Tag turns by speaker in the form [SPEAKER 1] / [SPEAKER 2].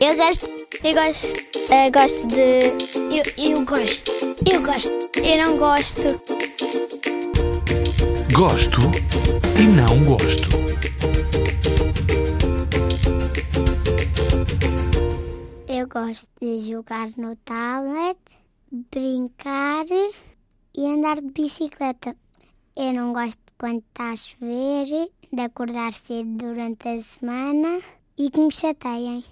[SPEAKER 1] Eu gosto. Eu gosto. eh, gosto de. Eu, eu gosto. Eu gosto. Eu não gosto.
[SPEAKER 2] Gosto e não gosto.
[SPEAKER 1] Eu gosto de jogar no tablet, brincar e andar de bicicleta. Eu não gosto quando está a chover, de acordar cedo durante a semana e que me chateiem.